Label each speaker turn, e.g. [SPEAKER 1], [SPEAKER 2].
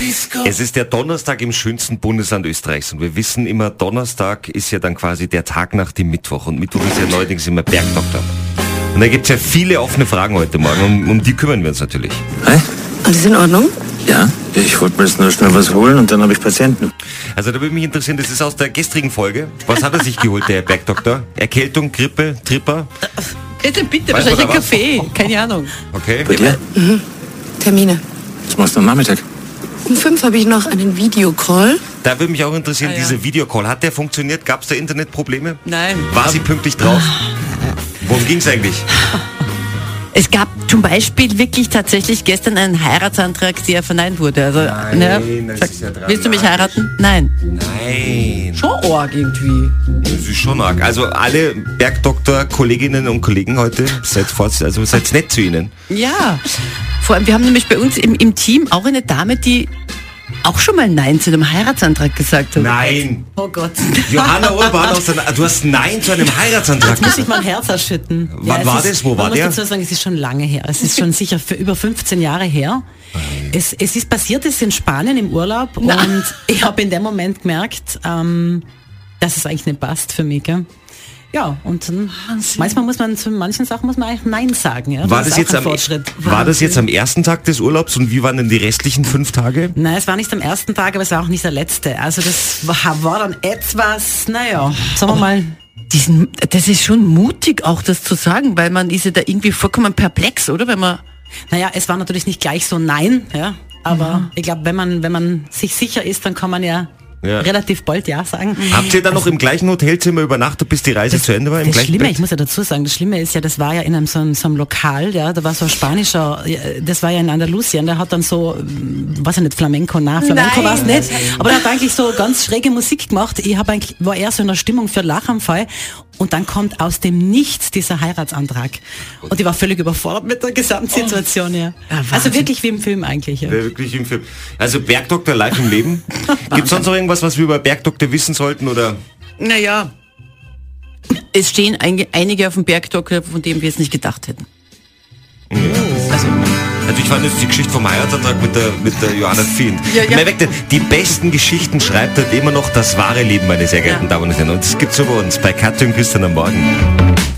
[SPEAKER 1] Disco.
[SPEAKER 2] Es ist der Donnerstag im schönsten Bundesland Österreichs und wir wissen immer, Donnerstag ist ja dann quasi der Tag nach dem Mittwoch und Mittwoch ist ja neuerdings immer Bergdoktor. Und da gibt's ja viele offene Fragen heute Morgen, um, um die kümmern wir uns natürlich.
[SPEAKER 1] Hä?
[SPEAKER 3] Alles in Ordnung?
[SPEAKER 1] Ja? Ich wollte mir jetzt nur schnell was holen und dann habe ich Patienten.
[SPEAKER 2] Also da würde mich interessieren, das ist aus der gestrigen Folge. Was hat er sich geholt, der Herr Bergdoktor? Erkältung, Grippe, Tripper?
[SPEAKER 4] Bitte, bitte,
[SPEAKER 2] Weiß
[SPEAKER 4] wahrscheinlich
[SPEAKER 2] man da
[SPEAKER 4] ein
[SPEAKER 2] was?
[SPEAKER 4] Kaffee. Keine Ahnung.
[SPEAKER 2] Okay.
[SPEAKER 1] Bei dir?
[SPEAKER 3] Termine.
[SPEAKER 1] Was machst du am Nachmittag?
[SPEAKER 3] Um fünf habe ich noch einen Videocall.
[SPEAKER 2] Da würde mich auch interessieren,
[SPEAKER 4] Ah, ja.
[SPEAKER 2] dieser Videocall, hat der funktioniert? Gab's da Internetprobleme?
[SPEAKER 4] Nein.
[SPEAKER 2] War sie pünktlich drauf? Worum ging's eigentlich?
[SPEAKER 4] Es gab zum Beispiel wirklich tatsächlich gestern einen Heiratsantrag, der verneint wurde. Also,
[SPEAKER 2] Nein,
[SPEAKER 4] ne,
[SPEAKER 2] das
[SPEAKER 4] sag,
[SPEAKER 2] ist ja dramatisch.
[SPEAKER 4] Willst du mich heiraten? Nein.
[SPEAKER 2] Nein.
[SPEAKER 4] Schon arg irgendwie.
[SPEAKER 2] Das ist schon arg. Also alle Bergdoktor-Kolleginnen und Kollegen heute, seid, vorsichtig, also seid nett zu ihnen.
[SPEAKER 4] Ja. Vor allem, wir haben nämlich bei uns im, im Team auch eine Dame, die auch schon mal Nein zu einem Heiratsantrag gesagt hat.
[SPEAKER 2] Nein.
[SPEAKER 4] Oh Gott.
[SPEAKER 2] Johanna Urban aus der, du hast Nein zu einem Heiratsantrag
[SPEAKER 5] Muss ich
[SPEAKER 2] gesagt.
[SPEAKER 5] mein Herz erschütten.
[SPEAKER 2] Wann
[SPEAKER 5] es
[SPEAKER 2] war
[SPEAKER 5] ist,
[SPEAKER 2] das? Wo
[SPEAKER 5] man
[SPEAKER 2] war
[SPEAKER 5] muss
[SPEAKER 2] der?
[SPEAKER 5] dazu sagen, es ist schon lange her. Es ist schon sicher für über 15 Jahre her. Es, es ist passiert, es ist in Spanien im Urlaub und ich habe in dem Moment gemerkt, ähm, dass es eigentlich nicht passt für mich. Gell? Ja, und dann, manchmal muss man zu manchen Sachen muss man eigentlich Nein sagen. Ja?
[SPEAKER 2] War
[SPEAKER 5] ist
[SPEAKER 2] das,
[SPEAKER 5] auch
[SPEAKER 2] jetzt
[SPEAKER 5] ein
[SPEAKER 2] am, e-
[SPEAKER 5] Fortschritt?
[SPEAKER 2] war das jetzt am ersten Tag des Urlaubs und wie waren denn die restlichen fünf Tage?
[SPEAKER 5] Nein, es war nicht am ersten Tag, aber es war auch nicht der letzte. Also das war, war dann etwas, naja, sagen wir mal,
[SPEAKER 4] Diesen, das ist schon mutig, auch das zu sagen, weil man ist ja da irgendwie vollkommen perplex, oder? Wenn man
[SPEAKER 5] Naja, es war natürlich nicht gleich so nein, ja. Aber ich glaube, wenn man, wenn man sich sicher ist, dann kann man ja,
[SPEAKER 2] Ja.
[SPEAKER 5] relativ bald Ja sagen.
[SPEAKER 2] Habt ihr dann noch im gleichen Hotelzimmer übernachtet, bis die Reise zu Ende war? Im
[SPEAKER 5] Das
[SPEAKER 2] gleichen
[SPEAKER 5] Schlimme,
[SPEAKER 2] Bett?
[SPEAKER 5] ich muss ja dazu sagen, das Schlimme ist ja, das war ja in einem so, einem so einem Lokal, ja, da war so ein spanischer, ja, das war ja in Andalusien, der hat dann so, ähm, weiß ich nicht, Flamenco, na, Flamenco war es nicht, aber der hat eigentlich so ganz schräge Musik gemacht. Ich habe eigentlich, war eher so in der Stimmung für Lachanfall und dann kommt aus dem Nichts dieser Heiratsantrag. Und ich war völlig überfordert mit der gesamten Situation, ja. also wirklich wie im Film eigentlich, ja.
[SPEAKER 2] Wäre Äh, wirklich im Film. Also Bergdoktor live im Leben. Gibt es sonst noch irgendwas, was wir über Bergdoktor wissen sollten? Oder
[SPEAKER 4] Naja. Es stehen einge- einige auf dem Bergdoktor, von dem wir es nicht gedacht hätten.
[SPEAKER 2] Also ich fand jetzt die Geschichte vom Heiratsantrag mit der, mit der Johanna Fien.
[SPEAKER 4] Ja, ja.
[SPEAKER 2] Die besten Geschichten schreibt halt immer noch das wahre Leben, meine sehr geehrten Damen und Herren. Und das gibt's so bei uns, bei Katja und Christian am Morgen.